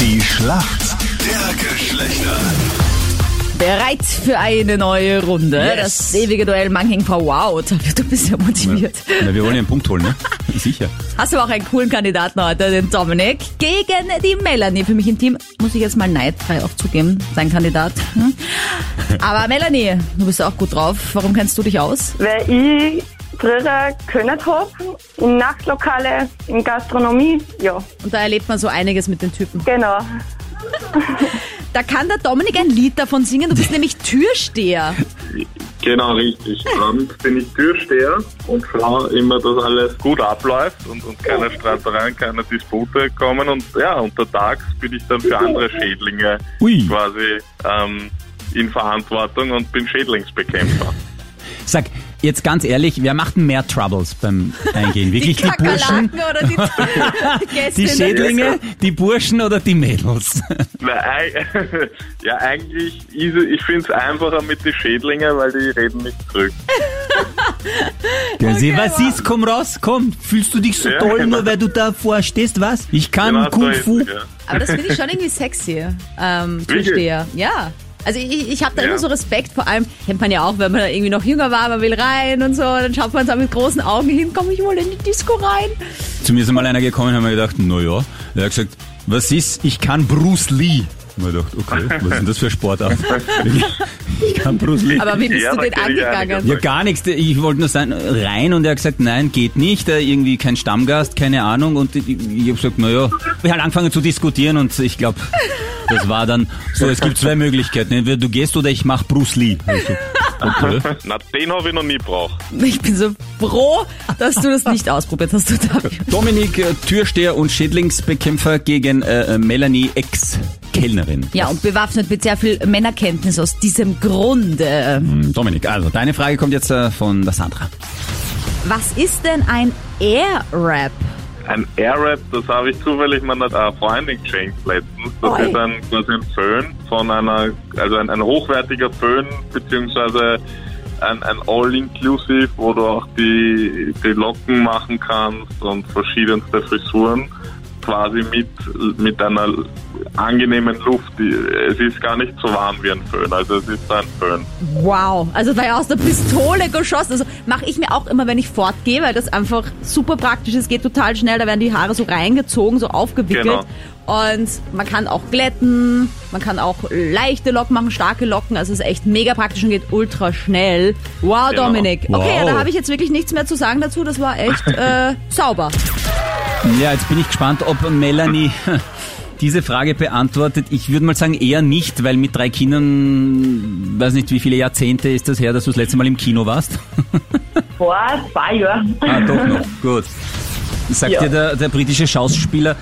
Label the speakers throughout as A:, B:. A: Die Schlacht der Geschlechter.
B: Bereit für eine neue Runde.
A: Yes.
B: Das ewige Duell Manking Frau Wow. Du bist ja motiviert.
C: Na, wir wollen ja einen Punkt holen, ne? Sicher.
B: Hast aber auch einen coolen Kandidaten heute, den Dominik, gegen die Melanie. Für mich im Team muss ich jetzt mal neidfrei auch zugeben, sein Kandidat. Hm? Aber Melanie, du bist ja auch gut drauf. Warum kennst du dich aus?
D: weil ich früher gekönnt hab in Nachtlokale, in Gastronomie, ja,
B: Und da erlebt man so einiges mit den Typen.
D: genau.
B: Da kann der Dominik ein Lied davon singen. Du bist nämlich Türsteher.
E: Genau, richtig. Abends bin ich Türsteher und schaue immer, dass alles gut abläuft und, und keine Streitereien, keine Dispute kommen. Und ja, untertags bin ich dann für andere Schädlinge
C: Ui.
E: quasi ähm, in Verantwortung und bin Schädlingsbekämpfer.
C: Sag, jetzt ganz ehrlich, wer macht denn mehr Troubles beim Eingehen? Wirklich die, Burschen,
B: Kakerlaken oder die, die Gäste
C: die
B: in der
C: Schädlinge, die Burschen oder die Mädels?
E: Na, ei- ja, eigentlich, ist, es- ich finde es einfacher mit den Schädlingen, weil die reden nicht zurück.
C: Gell, sie,
B: Okay,
C: was
B: wow.
C: ist? Komm raus, komm. Fühlst du dich so
E: Ja,
C: toll,
E: genau.
C: nur weil du davor stehst, was? Ich kann
E: Genau so
C: Kung
E: ist
C: Fu.
E: es, ja.
B: Aber das finde ich schon irgendwie sexy, ähm,
E: Wirklich?
B: Türsteher. Ja. Also ich, ich habe da
E: Ja.
B: immer so Respekt, vor allem kennt man ja auch, wenn man irgendwie noch jünger war, man will rein und so, dann schaut man da mit großen Augen hin, komm ich wohl in die Disco rein.
C: Zu mir ist einmal einer gekommen, haben wir gedacht, na ja. Er hat gesagt, was ist? Ich kann Bruce Lee. Und ich gedacht, okay, was ist denn das für ein Sportart? Ich kann Bruce Lee.
B: Aber wie bist
E: Ja,
B: du
E: da
B: den
E: kenn ich
B: angegangen?
E: einige.
C: Ja, gar nichts. Ich wollte nur sagen, rein und er hat gesagt, nein, geht nicht. Äh, Irgendwie kein Stammgast, keine Ahnung. Und ich, ich habe gesagt, naja, wir haben angefangen zu diskutieren und ich glaube, das war dann so, es gibt zwei Möglichkeiten. Entweder du gehst oder ich mache Bruce Lee. Also, okay.
E: Na, den habe ich noch nie braucht.
B: Ich bin so froh, dass du das nicht ausprobiert hast, du David.
C: Dominik, äh, Türsteher und Schädlingsbekämpfer gegen äh, äh, Melanie, Ex-Kellnerin.
B: Ja, und bewaffnet mit sehr viel Männerkenntnis aus diesem Grunde.
C: Hm, Dominik, also deine Frage kommt jetzt äh, von der Sandra.
B: Was ist denn ein Air-Rap?
E: Ein Airwrap, das habe ich zufällig meiner äh, Freundin geschenkt letztens. Das
B: Oi.
E: ist ein, quasi ein Föhn von einer, also ein, ein hochwertiger Föhn, beziehungsweise ein, ein All-Inclusive, wo du auch die, die Locken machen kannst und verschiedenste Frisuren quasi mit, mit einer angenehmen Luft. Die, es ist gar nicht so warm wie ein Föhn, also es ist ein Föhn.
B: Wow, also war ja aus der Pistole geschossen. Also mache ich mir auch immer, wenn ich fortgehe, weil das einfach super praktisch ist, geht total schnell. Da werden die Haare so reingezogen, so aufgewickelt.
E: Genau.
B: Und man kann auch glätten, man kann auch leichte Locken machen, starke Locken. Also es ist echt mega praktisch und geht ultra schnell. Wow,
E: Genau.
B: Dominik.
C: Wow.
B: Okay, ja, da habe ich jetzt wirklich nichts mehr zu sagen dazu. Das war echt äh, sauber.
C: Ja, jetzt bin ich gespannt, ob Melanie diese Frage beantwortet. Ich würde mal sagen, eher nicht, weil mit drei Kindern, weiß nicht, wie viele Jahrzehnte ist das her, dass du das letzte Mal im Kino warst?
D: Vor zwei Jahren.
C: Ah, doch noch. Gut. Sagt
D: Ja.
C: dir der, der britische Schauspieler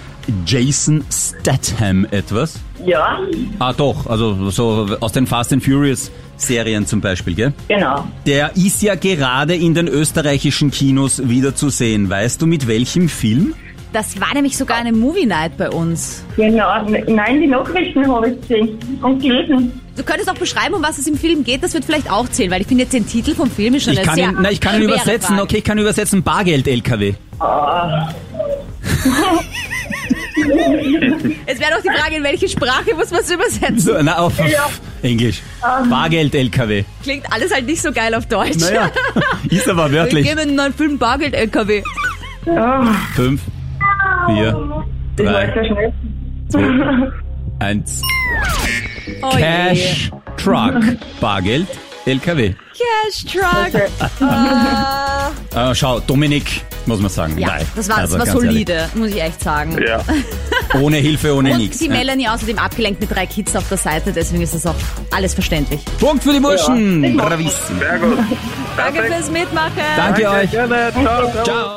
C: Jason Statham etwas?
D: Ja,
C: Ah, doch. Also so aus den Fast and Furious Serien zum Beispiel, gell?
D: genau.
C: Der ist ja gerade in den österreichischen Kinos wieder zu sehen. Weißt du, mit welchem Film?
B: Das war nämlich sogar eine Movie Night bei uns.
D: Genau. Nein, die Nachrichten habe ich gesehen und gelesen.
B: Du könntest auch beschreiben, um was es im Film geht. Das wird vielleicht auch zählen, weil ich finde jetzt den Titel vom Film ist schon
C: Ich
B: eine
C: kann,
B: sehr
C: ihn, na, ich kann ihn
B: schwere
C: übersetzen.
B: Frage.
C: Okay, ich kann übersetzen. Bargeld-LKW.
B: Es wäre doch die Frage, in welche Sprache muss man es übersetzen.
C: So, na, auf Englisch.
B: Ähm.
C: Bargeld-LKW.
B: Klingt alles halt nicht so geil auf Deutsch.
C: Naja, ist aber
B: Wir
C: wörtlich.
B: geben einen neuen Film Bargeld-LKW.
C: Fünf, vier,
D: Das war
C: drei,
D: so schnell.
C: eins.
B: Oh je.
C: Cash, Truck, Bargeld, LKW.
B: Cash Truck. Ah.
C: Äh, schau, Dominik, muss man sagen.
B: ja,
C: Nein,
B: das war, das
C: also
B: war
C: ganz
B: solide, muss ich echt sagen.
E: Ja.
C: Ehrlich. Ohne Hilfe, ohne
B: Und
C: nichts.
B: die Melanie außerdem abgelenkt mit drei Kids auf der Seite, deswegen ist das auch alles verständlich.
C: Punkt für die Burschen. Bravissimo.
E: Sehr gut.
B: Danke fürs Mitmachen.
C: Danke euch.
E: Gerne. Ciao, ciao.
C: Ciao.